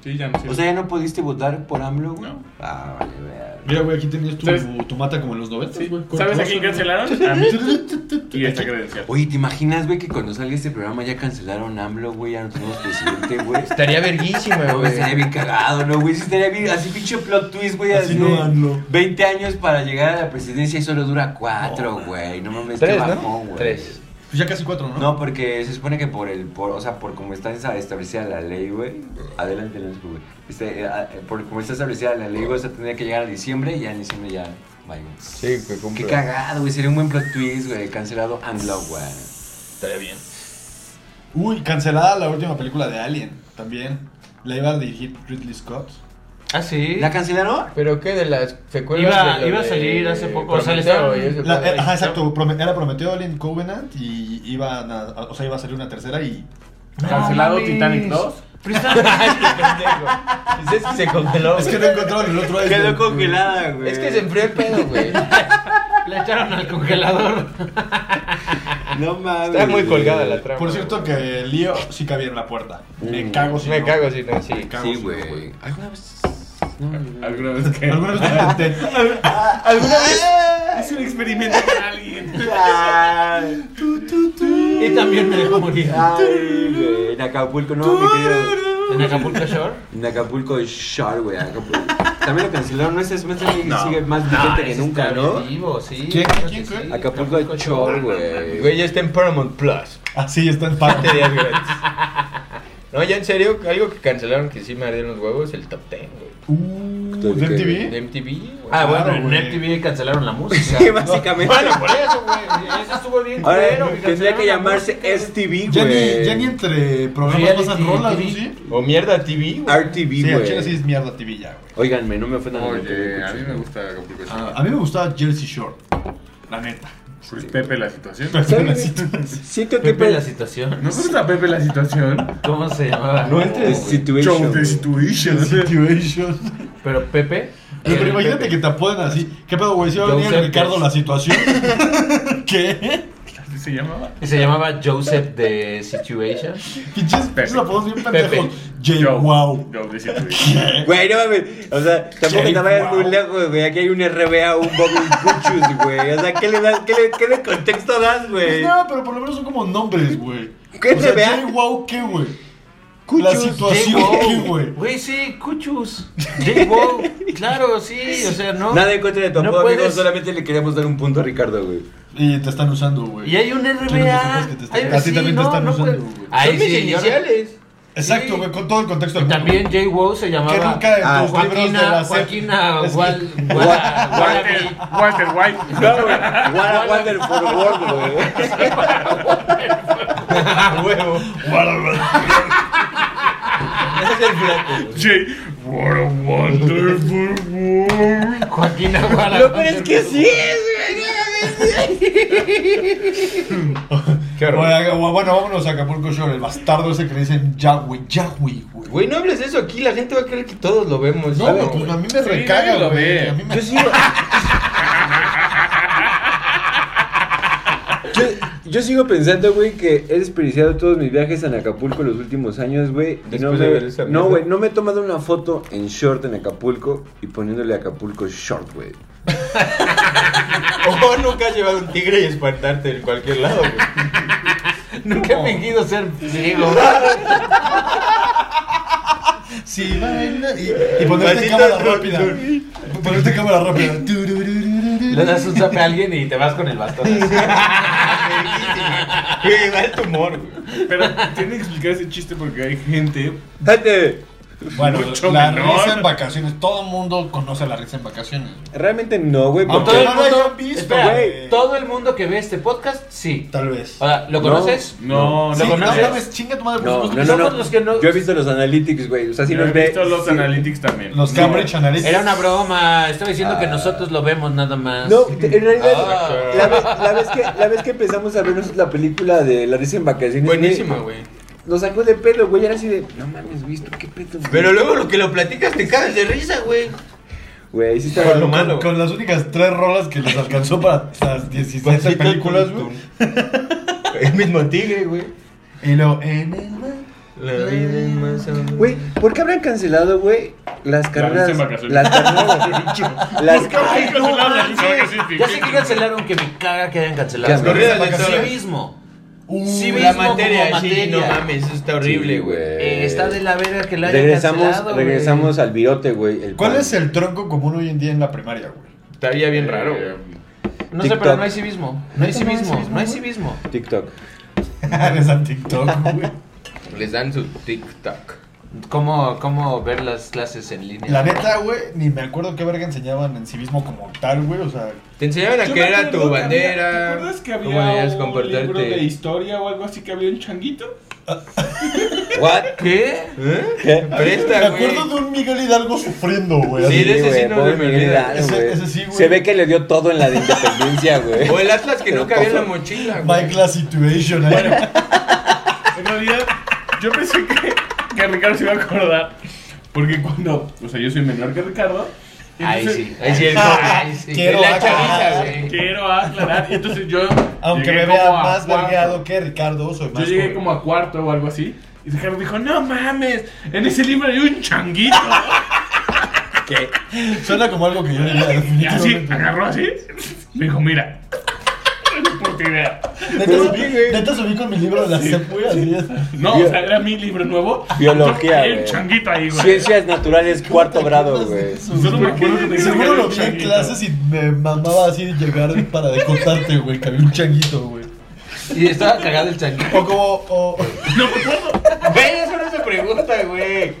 Sí, ya no sirve.
O sea, ya no pudiste votar por AMLO, güey.
No.
Ah, vale, vea.
Mira, güey, aquí tenías
¿Sabes?
tu, tu mata como en los 90.
Sí.
güey, con
¿Sabes a
rosa,
quién
güey.
cancelaron? A mí. Y esta credencial.
Oye, ¿te imaginas, güey, que cuando salga este programa ya cancelaron AMLO, güey? Ya no tenemos presidente, güey.
Estaría verguísima,
No, güey,
güey.
estaría bien cagado, ¿no, güey? Sí, estaría bien, así pinche plot twist, güey.
Así
Así
no,
de
AMLO.
20 años para llegar a la presidencia y solo dura 4, güey. No mames, qué
Tres,
bajón,
¿no?
güey.
Tres.
Pues ya casi cuatro, ¿no?
No, porque se supone que por el, por, o sea, por como está esa- establecida la ley, güey. Adelante, Alonso, güey. Este, eh, ah, eh, por como está establecida la ley, güey, o sea, tendría que llegar a diciembre y ya en diciembre ya, bye, güey.
Sí, que
Qué
cumple.
cagado, güey. Sería un buen plot twist, güey. Cancelado AMLO, güey.
Estaría bien.
Uy, cancelada la última película de Alien. También. La iba a dirigir Ridley Scott.
Ah, sí.
¿La cancelaron?
¿Pero qué de las secuelas?
Iba-
de lo
iba a
de
salir hace poco, o sea, le
Prometeo
estaban-
y ese
La-
pedo?
eh, ajá, exacto. Prome- era prometido Alien Covenant y iba a, o sea, iba a salir una tercera y.
Cancelado Titanic 2.
Pues es que se congeló.
Es que
güey.
no encontraron el otro
Quedó
iceberg, güey.
congelada, güey.
Es que se enfrió [LAUGHS] el pedo, güey.
La echaron al congelador.
No mames.
Está muy
güey.
colgada la trama.
Por cierto, que Lío sí cabía en la puerta. Me
Mm.
cago si
Me
no.
cago si no, sí.
Me cago si
Sí,
no,
güey. ¿Alguna vez?
Alguna vez que.
Alguna vez lo intenté.
Ah,
¿Alguna vez?
Hice un experimento con alguien.
Ay,
Y también me dejó morir.
ay, güey. En Acapulco, no, mi querido.
En Acapulco Shore.
En Acapulco Shore, güey. Acapulco. También lo cancelaron, ¿no? Ese es más,
No.
sigue más vigente que
ese
nunca,
está
¿no?
bien Vivo, sí.
¿Quién?
claro que
¿Quién?
sí.
¿Quién?
Acapulco Shore, güey.
[LAUGHS] Güey, ya está en Paramount Plus.
Así Ah, está en parte.
Siete días gratis.
[LAUGHS]
No, ya en serio, algo que cancelaron que sí me ardieron los huevos, el top 10, güey.
Uh, ¿De
De
MTV?
MTV, güey.
Ah, bueno,
Claro,
en
güey.
MTV cancelaron la música.
Sí, básicamente.
Bueno, por eso, güey.
[LAUGHS]
Eso estuvo bien. culero,
Ahora
güey,
tendría
cancelaron
que
la
llamarse
música.
STV,
Ya ni,
güey.
ya ni entre programas
Reality
pasan rolas, ¿no?
TV.
¿sí?
O mierda TV, güey.
Sí,
RTV,
al chile sí
güey.
es mierda TV ya, güey.
Óiganme, no me ofendan.
Oye, a mí me gusta Acapulco Shore.
A mí me gustaba Jersey Shore. La neta.
Pues Pepe la situación.
Siento que...
Pepe la situación. [LAUGHS]
¿No conoces a Pepe la situación?
¿Cómo se llamaba?
No entres
Show
situation.
de
güey.
situation.
Situation.
Pero Pepe.
[LAUGHS] Pero,
el
imagínate
Pepe.
que te apodan así. ¿Qué pedo, güey? Si va a venir
Joseph
Ricardo
Pérez.
la situación. ¿Qué?
¿Así se llamaba?
Se llamaba Joseph de Situation.
Pinches
Pepe.
pinches apodos bien
Pepe.
pendejos. Jay
Show.
Wow.
Show de situation.
Güey, no mames. O sea, tampoco
Qué
te vayas
guau.
muy lejos, güey. Aquí hay un RBA, un Bobby Cuchus, güey. O sea, ¿qué le das? ¿Qué, le, qué de contexto das,
Pues
güey?
no, pero por lo menos son como nombres, güey.
Eh. ¿Qué
O sea,
te vea?
Jay Wow, ¿qué, güey?
Cuchus.
La situación, ¿qué, güey?
Güey, sí, Cuchus. J-Wow. Claro, sí. O sea, no.
Nada en contra de tu
No
apodo, amigo.
puedes.
Solamente le queremos dar un punto a Ricardo, güey.
Y te están usando, güey.
Y hay un
Quiero que sepas
RBA.
que te están-
Hay
a ti
sí,
también te
no,
están
no
usando,
puede-
güey.
Ahí
Son mis
sí, yo-
iniciales.
Exacto,
Sí.
güey, con todo el contexto
Y
del mundo.
también Jay Wow se
Que
llamaba.
nunca en
Ah,
tus libros de
Joaquina,
la SEP-
Joaquina,
Es- [LAUGHS]
Wal,
Walter,
Wal,
Walter White.
No, güey. What a wonderful world, güey.
huevo. Ese es el flaco, güey.
Jay, what a wonderful world.
Joaquina, Wal.
Lo peor es que sí es, güey.
Qué horror.
Bueno, aga- bueno, vámonos a Acapulco Shore, el bastardo ese que le dicen Yahweh, Yahweh, güey.
Güey, no hables de eso aquí, la gente va a creer que todos lo
[LAUGHS]
vemos.
No,
A
güey,
ver,
pues
güey.
a mí me
Sí,
recaga,
nadie lo
güey.
ve.
A mí me...
Yo sigo. Yo, yo sigo pensando, güey, que he desperdiciado todos mis viajes en Acapulco los últimos años, güey. y No,
Después de
me-
ver esa
no,
mierda.
güey, no me he tomado una foto en short en Acapulco y poniéndole Acapulco short, güey.
Ojo, nunca has llevado un tigre y espantarte en cualquier lado, güey.
[LAUGHS] Nunca he fingido ser ciego.
Sí, vaina, y, y ponerte en cámara rápida. Ponerte en cámara rápida. Turururururu.
Le das un zape a alguien y te vas con el bastón.
Güey, va el tumor, güey.
Pero tiene que explicar ese chiste porque hay gente.
Gente,
Bueno,
Mucho
la
menor.
risa en vacaciones. Todo el mundo conoce la risa en vacaciones.
realmente no, güey.
Aunque
porque-
todo el
no lo
mundo-
hayan visto,
Espera,
güey.
todo el mundo que ve este podcast, sí.
Tal vez.
Ahora, ¿lo
No.
conoces?
No,
Sí,
¿Lo
no.
no,
conoces?
sabes, chinga tu madre. por
No,
supuesto
no,
que
no, no.
somos los que no-
Yo he visto los analytics, güey. O sea, si
Yo
nos
he
ve.
visto los
sí.
analytics también.
Los Cambridge Analytics.
Era una broma. Estaba diciendo que
Ah.
nosotros lo vemos nada más.
[LAUGHS] No, te- en realidad,
Ah.
la, vez, la vez que, la vez que empezamos a vernos la película de La risa en vacaciones, güey,
Buenísima, güey.
Nos sacó de pedo, güey. Era así de, no mames, güey, ¿esto qué pedo, güey?
Pero luego lo que lo platicas te cagas de risa, güey.
Güey, sí
Con,
estaba.
lo malo.
con- con las únicas tres rolas que les alcanzó para las
Pues
17
[LAUGHS]
películas, güey.
El mismo tigre, güey.
Y luego, en el mar
La vida es más aburrida.
Güey, ¿por qué habrán cancelado, güey, las carreras?
en vacaciones.
Las
[LAUGHS]
carreras. las
Ay, no,
Ay, cancelaron la
manches.
Liga City.
Ya sé que cancelaron, que me caga que hayan
Que
cancelado.
las
güey.
carreras de
Sí
vacaciones.
mismo.
Uh,
Sí
la
mismo
materia,
como
sí,
materia.
no mames, eso está horrible,
Sí,
güey.
güey.
Eh, está de la verga que la hayan
regresamos,
cancelado. güey.
regresamos al virote, güey. el
¿Cuál
pan.
es el tronco común hoy en día en la primaria, güey? [LAUGHS]
Estaría bien raro, güey.
Eh,
No sé, pero
TikTok?
no hay civismo. No hay
Neta, no hay
civismo.
civismo,
No hay
güey.
civismo.
TikTok.
Eres a TikTok, güey.
Les dan su TikTok.
¿Cómo, cómo ver las clases en línea?
La neta, güey, ni me acuerdo qué verga enseñaban en civismo como tal, güey. O sea,
Te enseñaban a
yo
qué
me
era
acuerdo
tu
que había- ¿Te
bandera.
acuerdas que
¿Cómo debías
había un
comportarte?
libro de historia o algo así que había un changuito?
¿What?
¿Qué?
¿Qué?
me
¿Eh? Presta, güey.
acuerdo de un Miguel Hidalgo sufriendo, güey.
Sí,
así.
de ese
güey,
sí no
pobre
me
Miguel
olvida.
Hidalgo,
Ese-
güey.
ese sí, güey.
Se ve que le dio todo en la de independencia, güey.
O el Atlas que
Pero
no cabía en la
pasó.
mochila,
My
güey.
class situation, ¿eh? ahí.
En realidad, yo pensé que, que Ricardo se iba a acordar. Porque cuando. O sea, yo soy menor que Ricardo. y
Ahí
entonces-
sí. Ahí sí. el- Ay, sí.
Quiero
la
aclarar.
chaviza, güey.
Quiero aclarar. Y entonces yo.
Aunque
llegué
me vea
como a
más
cuarto.
vergueado que Ricardo, soy
Yo
más.
llegué
joven.
como a cuarto o algo así. Y Ricardo dijo: No mames, en ese libro hay un changuito.
Suena como algo que yo
[LAUGHS]
diría
Y así,
definitivamente.
agarró así. Me dijo: Mira. Por tu idea.
Neta subí, neta subí con mi libro de la SEP, güey, así es.
No, o sea, era mi libro nuevo.
Biología,
Hay un
güey.
changuito ahí, güey.
Ciencias [LAUGHS] naturales, cuarto
¿Te
grado,
acuerdas de
güey.
eso,
Solo me
güey?
acuerdo de
Seguro
que
lo
había
vi
un
en
changuito.
clases y me mamaba así de llegar para de contarte, güey, que había un changuito, güey.
Y estaba cagado el changuito.
O como, o...
Güey, eso no se pregunta, güey.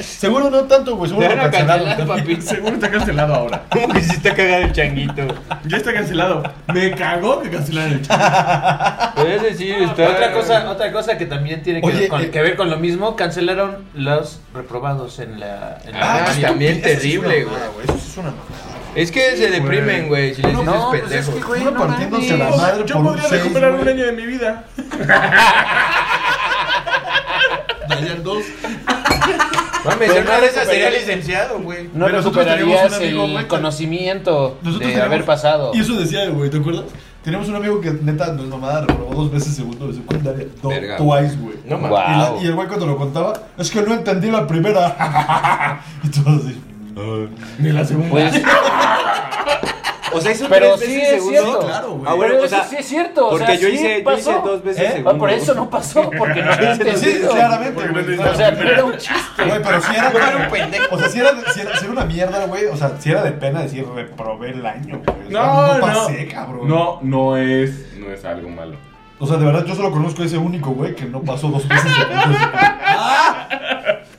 Seguro no tanto, güey, seguro
Te
lo
van a
cancelaron.
cancelar,
también.
papi.
Seguro está cancelado ahora.
¿Cómo que hiciste cagar el changuito?
Ya está cancelado. Me cagó que cancelaran el changuito.
Pero ese sí está.
Otra cosa, otra cosa que también tiene que,
Oye,
ver, con,
eh,
que ver con lo mismo, cancelaron los reprobados en la... En la
Ah,
primaria.
también
Eso sí es
terrible,
una mamada, Eso sí es una mamada.
Es que se deprimen, güey. Si les dices
No, pues es
pendejo.
que, güey,
Uno
no
partiéndose la
mames.
madre por
Yo
un
podría
seis,
recuperar un
güey.
año de mi vida.
Darían dos.
Mames, en una de esas sería licenciado, güey.
No
Pero nosotros
recuperarías
teníamos un amigo,
el
güey, que-
conocimiento de
Nosotros teníamos-
haber pasado.
Y eso decía, güey, ¿te acuerdas? Tenemos un amigo que, neta, no es mamada, reprobó dos veces segundo de secundaria. Do,
Verga.
twice, güey.
No mames.
Y, la-
Wow.
y el güey cuando lo contaba, es que no entendí la primera. [LAUGHS] y todos así.
Ni la segunda.
O
Pues,
sea, hizo
pero
tres
sí
veces
es
segundo.
cierto.
claro, güey.
Ah, bueno,
Pero
o sea,
eso sí es cierto. o
Porque
sea,
yo,
sí
hice, yo hice
pasó.
dos veces
¿Eh? Ah,
segundo.
Ah, por eso no pasó,
[LAUGHS]
porque no había
Sí,
entendido.
claramente,
Porque
güey.
no
O
O sea, no
sea,
era un chiste.
güey, pero si era,
Era un pendejo.
o sea, si era, si era, si era una mierda, güey. O sea, si era de pena decir reprobé el año, güey. O sea,
No,
no
no.
pasé, cabrón.
No, no es, no es algo malo.
O sea, de verdad, yo solo conozco a ese único, güey, que no pasó dos veces. segundo.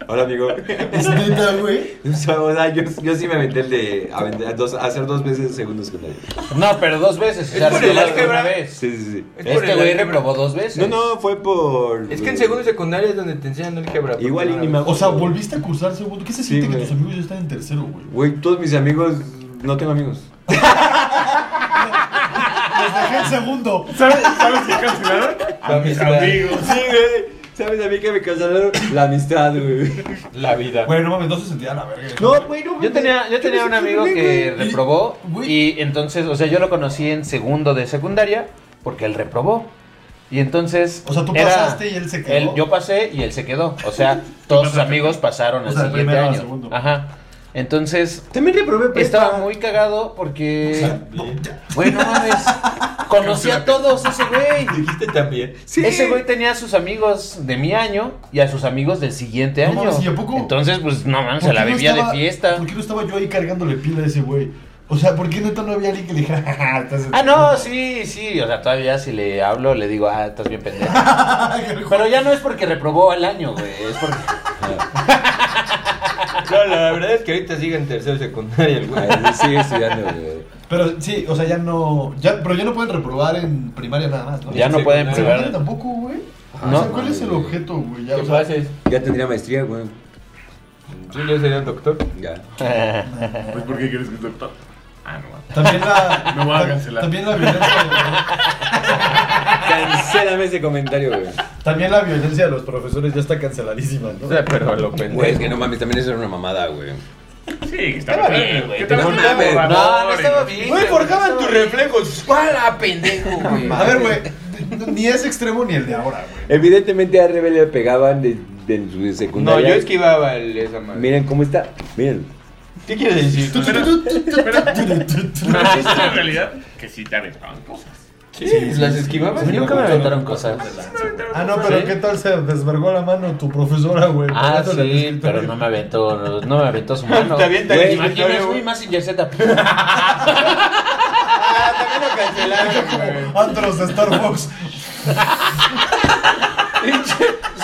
Hola,
[LAUGHS]
amigo.
Es neta, güey.
O sea, yo, yo sí me aventé el de aventé- a dos- a hacer dos veces segundo secundario.
No, pero dos veces. O
Es
sea,
por
sí,
el
más
álgebra.
que una vez.
Sí, sí, sí.
Es
Este
por el
güey
álgebra.
reprobó dos veces.
No, no, fue por.
Es que en segundo y secundario es donde te enseñan álgebra. por
Igual y
primera
ni
vez.
me
O sea, volviste a cursar segundo. ¿Qué se
Sí,
siente que
güey.
tus amigos ya están en tercero, güey?
Güey, todos mis amigos. No tengo amigos.
Los dejé en segundo.
¿Sabes, ¿sabes qué cancelaron? A mis
Amistad.
amigos.
Sí, güey. ¿Sabes a mí que me cancelaron? La amistad, güey.
La vida.
Güey, no mames, no se sentía la verga.
No, güey, no.
Yo tenía, yo tenía un amigo que reprobó y entonces, o sea, yo lo conocí en segundo de secundaria porque él reprobó. Y entonces...
O sea, tú
era-
pasaste y él se quedó.
él- yo pasé y él se quedó. O
[LAUGHS]
sea, todos sus amigos pasaron
O
al
sea, de
siguiente
primero a
año.
segundo.
Ajá. Entonces,
También reprobé prepa.
estaba muy cagado
[LAUGHS]
porque... Bueno, mames, conocí a todos ese güey.
Dijiste también.
Sí.
Ese güey tenía a sus amigos de mi año y a sus amigos del siguiente
No
año.
mames, ¿y a poco?
Entonces, pues no mames,
¿Por
se
qué
la
no
bebía
estaba-
de fiesta.
¿Por qué no estaba yo ahí cargándole pila a ese güey? O sea, ¿por qué neta no había alguien que le dijera, [LAUGHS] jaja, estás en
Ah, no,
segundo"?
sí, sí. O sea, todavía si le hablo, le digo, ah, estás bien
[LAUGHS]
pendejo. Pero ya no es porque reprobó el año, güey. Es porque.
No, la verdad es que ahorita sigue en tercero y secundario el [LAUGHS] güey.
Ay, Sigue estudiando, güey.
Pero sí, o sea, ya no. Ya, pero ya no pueden reprobar en primaria nada más, ¿no?
Ya no
Sí,
pueden
claro.
Secundaria
probar.
tampoco, güey.
No.
O sea, ¿cuál es el objeto, güey? Ya,
¿Qué
o sea,
pases?
Ya tendría maestría, güey.
Yo ya sería un doctor.
Ya.
Pues, ¿por qué quieres que te pa- Ah, no.
también la.
[LAUGHS] Me voy a cancelar.
También la violencia.
Cancélame ese comentario, güey.
también la violencia de los profesores ya está canceladísima, ¿no?
O sea, pero lo pendejo.
Güey, es que no mames, también eso era una mamada, güey.
Sí, que estaba bien, güey.
No mames,
No, no estaba bien.
Güey, forjaban tus reflejos. ¡Para, pendejo, güey!
A ver, güey, ni es extremo ni el de ahora, güey.
Evidentemente a Rebe le pegaban de, de su
No,
secundaria.
yo esquivaba el- esa madre.
Miren cómo está. Miren.
¿Qué quieres decir?
Pero es una realidad que sí te aventaban cosas.
Sí, las esquivaba.
mí nunca me aventaron cosas.
Ah, no, pero
¿Sí?
¿qué tal se desvergó la mano tu profesora, güey?
Ah,
Por eso le
sí,
desquitó.
pero no me aventó, no me aventó su mano.
Te avienta el
Güey,
escritorio,
Imagínate,
güey.
güey, más sin yaceta.
Ah, también lo cancelaron, güey.
Antros de Starbucks.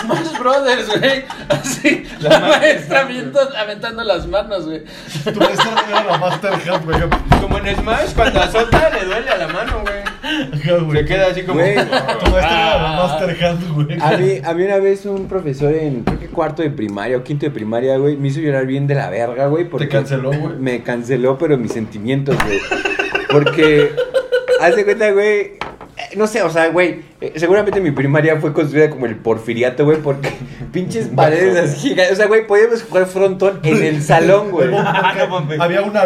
Smash Brothers, güey. Así, la maestra avienta- aventando las manos, güey.
Tu maestra era la Mastercard, güey.
Como en Smash, cuando azota le duele a la mano, güey.
Ajá, güey.
Se queda Ah, así como.
Güey.
Tu maestra era
Ah.
la Mastercard, güey.
A mí, a mí una vez un profesor en creo que cuarto de primaria o quinto de primaria, güey, me hizo llorar bien de la verga, güey. porque-
canceló, güey?
Me canceló, pero mis sentimientos, güey. Porque, haz de cuenta, güey, eh, no sé, o sea, güey, eh, seguramente mi primaria fue construida como el porfiriato, güey, porque [LAUGHS] pinches paredes así gigantes. O sea, güey, podíamos jugar frontón en el salón, güey.
Ah,
Había una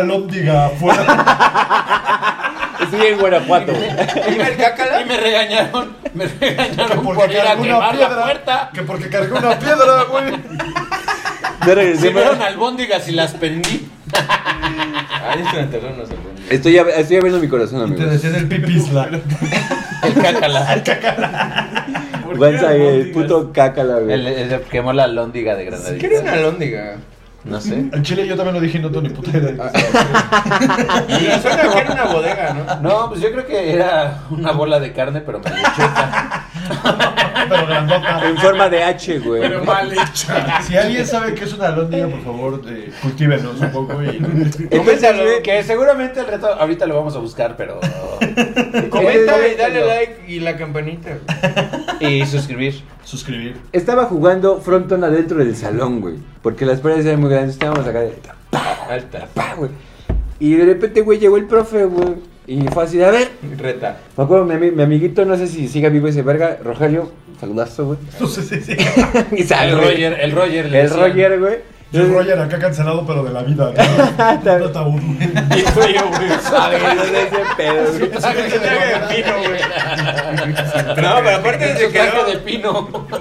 [LAUGHS]
lóndiga afuera.
Estoy en [LAUGHS] Guanajuato, güey.
Dime
[LAUGHS]
el cácala.
Y me regañaron, me
Que
regañaron por
porque
ir a
cargó una
quemar la
piedra.
puerta.
Que porque cargó una piedra, güey.
[LAUGHS]
No regresé
Se
más.
fueron albóndigas y las pendí.
Ahí se me antojó unos albóndigas.
Estoy, ab- estoy abriendo mi corazón,
Y te
amigos.
decían el pipisla.
[LAUGHS] El cácala.
¿Por qué
Guanza,
eran
el
albóndigas?
puto cácala, güey.
El, el- quemó la lóndiga de granadita.
¿Qué era una alóndiga?
No sé.
En Chile yo también lo dije y no tengo ni puta idea.
Me suena que era una bodega, ¿no?
No, pues yo creo que era una bola de carne, pero [LAUGHS] me
Pero grandota.
En forma de H, güey.
Pero mal
[LAUGHS]
hecha.
Si alguien sabe que es una lóndiga, por favor, eh, cultívenos un poco y...
[LAUGHS]
Entonces, güey,
Que seguramente el reto ahorita lo vamos a buscar, pero.
Comenta y dale
Coméntalo.
like y la campanita. güey.
[LAUGHS] Y suscribir.
Suscribir.
Estaba jugando frontón adentro del salón, güey. Porque las paredes eran muy grandes. Estábamos acá de
Alta.
pa, güey. Y de repente, güey, llegó el profe, güey. Y fue así de, a ver.
Reta.
Me acuerdo, mi, ami- mi amiguito, no sé si siga vivo ese verga, Rogelio. Saludazo, güey. [LAUGHS]
No sé si sí.
Y sale,
El
güey.
Roger, el Roger. le
El
decían.
Roger, güey.
Yo Roger acá cancelado, pero de
[LAUGHS]
la vida. ¿no? No tabú.
Ay, no sé ese pedo, güey.
No, pero aparte se
Su
quedó.
traje de pino.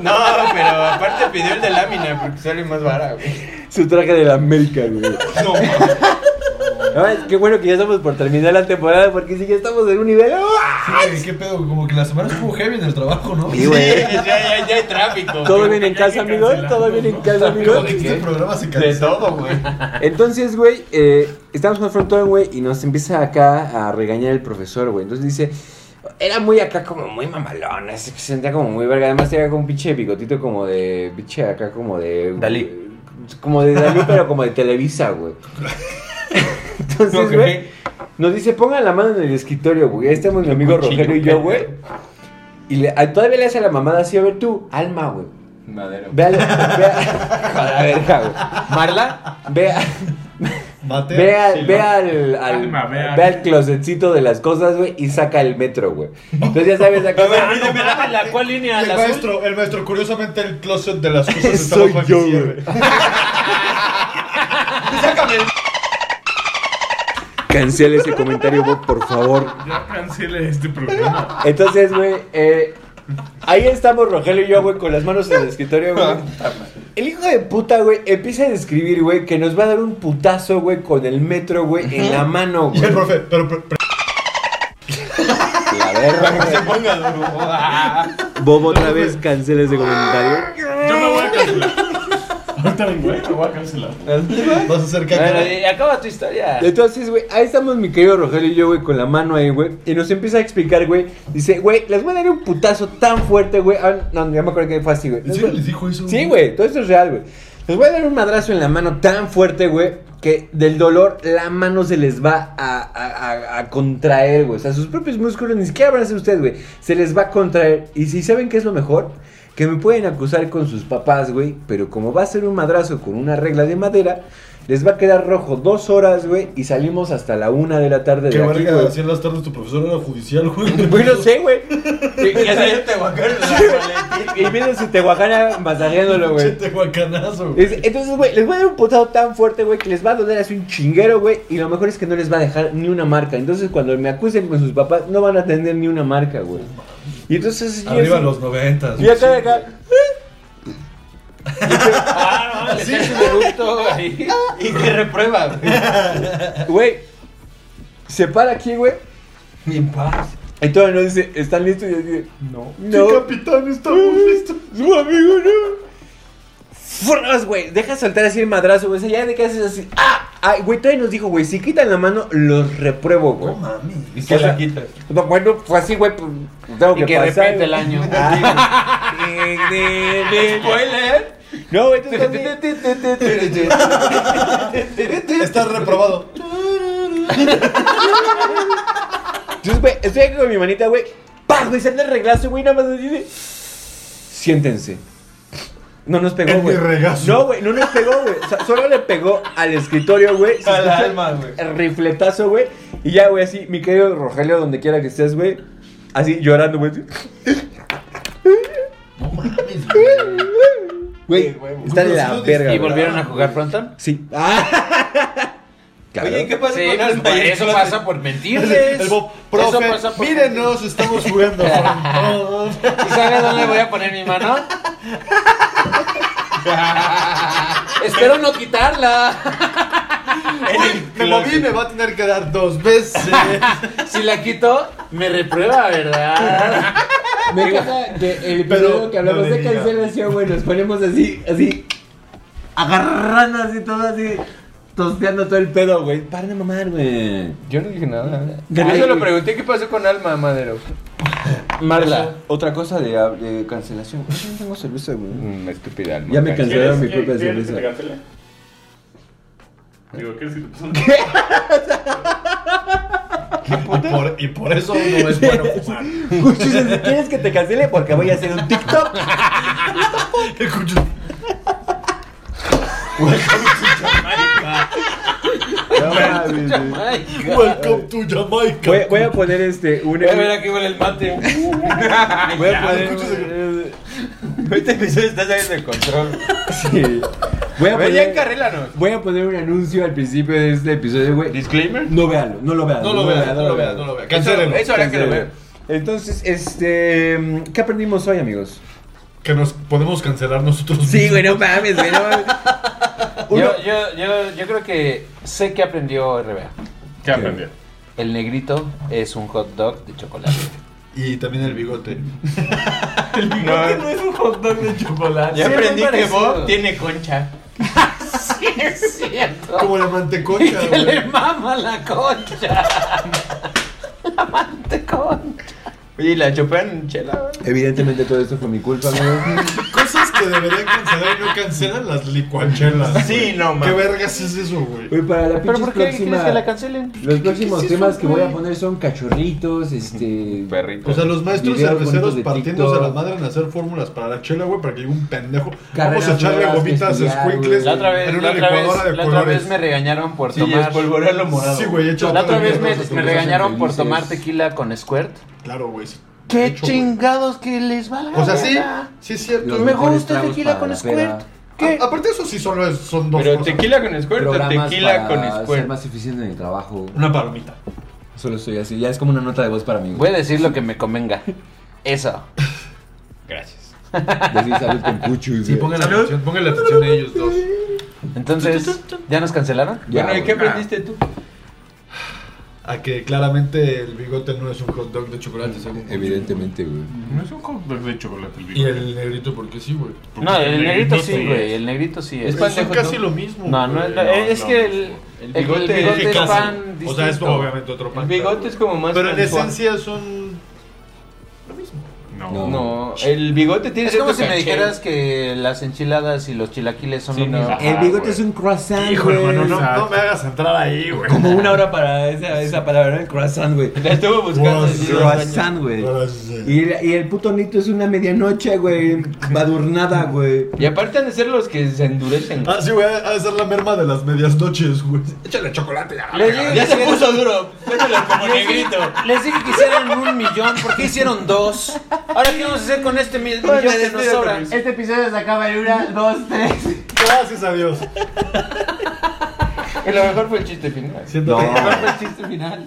No, pero aparte pidió el de lámina porque sale más barato.
Su traje de la América, [LAUGHS] güey.
No,
Ay, qué bueno que ya estamos por terminar la temporada porque si ya estamos en un nivel. ¡ah!
Sí, ¿Qué pedo? Como que la semana estuvo heavy en el trabajo, ¿no?
Sí, güey.
ya, ya, ya hay tráfico.
Todo bien en casa, amigos. Todo bien en casa, amigos.
Este programa se
De
canceló.
todo, güey.
Entonces, güey, eh, estamos con el frontón, güey, y nos empieza acá a regañar el profesor, güey. Entonces dice, era muy acá como muy mamalón, así que se sentía como muy verga. Además tenía como un pinche bigotito como de, pinche acá como de...
Dalí.
Como de Dalí, pero como de Televisa, güey. Entonces,
Ok.
güey, nos dice, pongan la mano en el escritorio, güey. Ahí estamos mi amigo
cuchillo,
Rogelio y yo, güey.
güey.
Y le- a- todavía le hace la mamada así, a ver tú, alma, güey.
Madera.
Ve a la, ve a- [LAUGHS] a la verga, güey.
Marla.
Ve a...
Mate.
Ve, al-
Sí,
ve
¿no?
al, al-
Alma, ve al-
ve al closetcito de las cosas, güey, y saca el metro, güey. Entonces ya sabes acá. [LAUGHS]
¿La cuál línea?
El
¿La azul?
maestro, el maestro, curiosamente el closet de las cosas está
Soy
bajo aquí
yo,
[LAUGHS] cierre.
Cancela ese comentario, Bob, por favor.
Ya cancele este programa.
Entonces, güey, eh, ahí estamos Rogelio y yo, güey, con las manos en el escritorio, güey. El hijo de puta, güey, empieza a describir, güey, que nos va a dar un putazo, güey, con el metro, güey, en la mano,
Y
güey.
el profe, pero, pero- pero-
La verga, güey.
Ponga duro.
Bob otra vez cancela ese comentario.
Yo me voy a cancelar. Ahorita vengo, eh. Me voy a cancelar.
vas a hacer
Bueno,
caca.
y Eh, acaba tu historia.
Entonces, güey, ahí estamos mi querido Rogelio y yo, güey, con la mano ahí, güey. Y nos empieza a explicar, güey. Dice, güey, les voy a dar un putazo tan fuerte, güey. Ah, no, ya me acuerdo que fue así, güey.
¿En serio les dijo eso?
Sí, güey, todo esto es real, güey. Les voy a dar un madrazo en la mano tan fuerte, güey, que del dolor la mano se les va a, a- a- a contraer, güey. O sea, sus propios músculos ni siquiera van a ser ustedes, güey. Se les va a contraer. Y si saben qué es lo mejor, que me pueden acusar con sus papás, güey. Pero como va a ser un madrazo con una regla de madera, les va a quedar rojo dos horas, güey. Y salimos hasta la una de la tarde
Qué
de aquí,
verga,
güey. [LAUGHS]
hacían las tardes tu profesor era judicial, güey.
Güey, no sé, güey.
Y ya se te va a caer la
[LAUGHS] y viendo su tehuacana masajeándolo, güey.
Chete guacanazo, güey.
Es- Entonces, güey, les voy a dar un putado tan fuerte, güey, que les va a doler así un chinguero, güey. Y lo mejor es que no les va a dejar ni una marca. Entonces, cuando me acusen con sus papás, no van a tener ni una marca, güey. Y entonces, yo
Arriba
así-
los noventas,
Y
güey.
acá,
[LAUGHS]
acá.
Sí, es Ah, un eructo ahí. Y te reprueba, güey.
Ah. Güey, se para aquí, güey.
Bien paz.
Y todavía no dice, ¿están listos? Y yo digo, no. No.
Sí, capitán, estamos listos.
No, amigo, no. Forras, güey. Deja soltar así el madrazo, güey. O sea, ya de que haces así. ¡Ah! Ay, güey, todavía nos dijo, güey, si quitan la mano, los repruebo, güey.
Y que la quitas.
No, bueno, pues así, güey, pues, tengo
Y
que,
que
pasar. Ah.
repite el año.
[LAUGHS] Spoiler. No, güey, entonces,
[LAUGHS]
Estás reprobado.
entonces, güey, estoy aquí con mi manita, güey. ¡Pam! Güey, sale el reglazo, güey, nada más nos dice. Siéntense. No nos pegó,
En
güey.
mi regazo.
No, güey, no nos pegó, güey. O sea, solo le pegó al escritorio, güey. Se
A la
escucha
alma, güey.
El rifletazo, güey. Y ya, güey, así, mi querido Rogelio, donde quiera que estés, güey. Así llorando, güey. así.
No mames, güey.
Güey, está de la
Conocido
verga,
¿Y
güey.
volvieron a jugar pronto?
Sí. Ah. [LAUGHS] Claro.
Oye, ¿qué pasa
Sí,
con
pues,
Alma?
para eso pasa por mentirles.
El Bob, profe,
Eso pasa por-
mírenos, estamos jugando.
¿Y sabes dónde voy a poner mi
[LAUGHS]
mano?
Espero no quitarla.
Uy, me moví y me va a tener que dar dos veces.
Si la quito, me reprueba, ¿verdad?
Me encanta que el
Pero
video que hablamos
no le
de
digas.
cancelación, güey, nos ponemos así, así, agarrando así todo así, tosteando todo el pedo, güey. Para de mamar, güey.
Yo no dije nada.
Yo
Yo
solo
solo pregunté qué pasó con Alma Madero.
Marla, otra cosa de, ah, de cancelación. Pues Yo no tengo cerveza, güey. [LAUGHS]
Mm, Estúpida Alma.
Ya me cansé.
¿Quieres-
mi propia
quieres que
cerveza.
te cancele? Digo, ¿quieres que te pase un-
Por- y por eso no es [LAUGHS] bueno fumar.
Cuchillo, si ¿Quieres que te cancele? Porque voy a hacer un [LAUGHS] TikTok. [LAUGHS]
El cuchillo. Welcome to Jamaica.
Voy, voy a poner este, un...
Voy a ver aquí huele el
[LAUGHS]
mate.
Voy a poner...
escucho
un-
Este episodio está saliendo de control.
Sí. Voy a
Ve, ya
poner...
encarrélanos.
Voy a poner un anuncio al principio de este episodio, güey.
Disclaimer.
No véalo, no lo veas.
No lo veas, no lo veas, no lo veas. Cancélelo.
Eso hará que lo vean.
Entonces, este. ¿Qué aprendimos hoy, amigos?
Que nos podemos cancelar nosotros
no mames, güey, no mames.
Yo, yo, yo, yo creo que sé que aprendió RBA.
¿Qué aprendió?
El negrito es un hot dog de chocolate.
Y también el bigote.
No, no es un hot dog de chocolate. Ya aprendí que Bob tiene. [LAUGHS]
concha.
Es cierto.
Como la mantecocha,
Que le
güey.
mama la
[LAUGHS]
concha. Amante concha.
Oye, ¿y la chopean chela?
Evidentemente todo esto fue mi culpa, amigos.
Cosas que deberían cancelar y no cancelan las licuachelas.
Sí,
güey.
no,
¿Qué
mames.
vergas es eso, güey?
Güey, para la
¿Pero
pinche
por qué quieres
próxima.
que la cancelen?
Los próximos temas que voy a poner son cachorritos, este.
Perrito.
O sea, los maestros
Videos bonitos
cerveceros
de
partiéndose a la
TikTok.
madre en hacer fórmulas para la chela, güey, para que llegue un pendejo.
Carreras
Vamos a echarle
nuevas que
gomitas
estudiar,
escuincles
La otra vez,
en
la
una
otra vez,
licuadora de
la otra vez
colores.
me regañaron por
Sí,
tomar.
espolvorea lo morado.
Sí, güey, echa
La otra
otra
vez me,
vez
me regañaron por tomar tequila con Squirt.
Claro, güey. sí. De
¡Qué
hecho, güey.
chingados que les valga!
O sea, sí, sí es cierto.
Los
Me
mejores
gusta
tragos
tequila
para
con
la
Squirt.
peda,
¿Qué?
A- aparte, eso sí solo es- son dos
Pero
cosas.
tequila con squirt o
Programas para
tequila con
ser
squirt.
más eficiente en el trabajo.
Una palomita.
Solo estoy así. Ya es como una nota de voz para mí.
Voy
güey.
a decir lo que me convenga. Eso.
Gracias.
Decir salud con cuchus.
[LAUGHS] Sí,
güey.
pónganle atención, pónganle atención a ellos dos.
Entonces, ¿ya nos cancelaron?
Ya,
bueno, ¿y qué
güey. Ah.
aprendiste tú?
A que claramente el bigote no es un hot dog de chocolate, según
Evidentemente, güey.
No es un hot dog de chocolate.
Y el negrito, porque sí, güey.
Porque
No, el negrito sí,
es.
güey. El negrito sí es.
Es pan
Son
de hot
casi
dog.
lo mismo.
No, no es,
güey.
es
no,
que
no,
el,
el
el el bigote,
bigote-
Que
es
casi.
pan distinto.
O sea, es obviamente otro pan.
El bigote es como más.
Pero en
sensual.
esencia son.
No.
No.
No, el bigote tiene
Es como
cierto
si me
caché.
dijeras que las enchiladas y los chilaquiles son
Sí,
lo
no.
mismo.
El
Ajá,
bigote
güey.
es un croissant.
Hijo,
güey.
hermano, no,
exacto.
no me hagas entrar ahí, güey.
Como una hora para esa, esa palabra, ¿no? el croissant, güey.
La estuve buscando.
Wow,
así
sí.
dos años.
Croissant, güey.
Ahora sí.
Y el, y el puto nito es una medianoche, güey. Badurnada, güey.
Y aparte han de ser los que se endurecen.
Ah, sí, güey, ha de ser la merma de las medias noches, güey. Échale chocolate ya.
Les dije que hicieran-
duro. Pétalo como negrito.
Les dije que hicieran un millón, ¿por qué hicieron dos? ¿Ahora qué vamos a hacer con este mi- millón que nos sobra?
Este episodio se acaba en una, dos, tres.
Gracias a Dios.
Y lo mejor fue el chiste final.
Siento
No.
que-
Lo mejor fue el chiste final.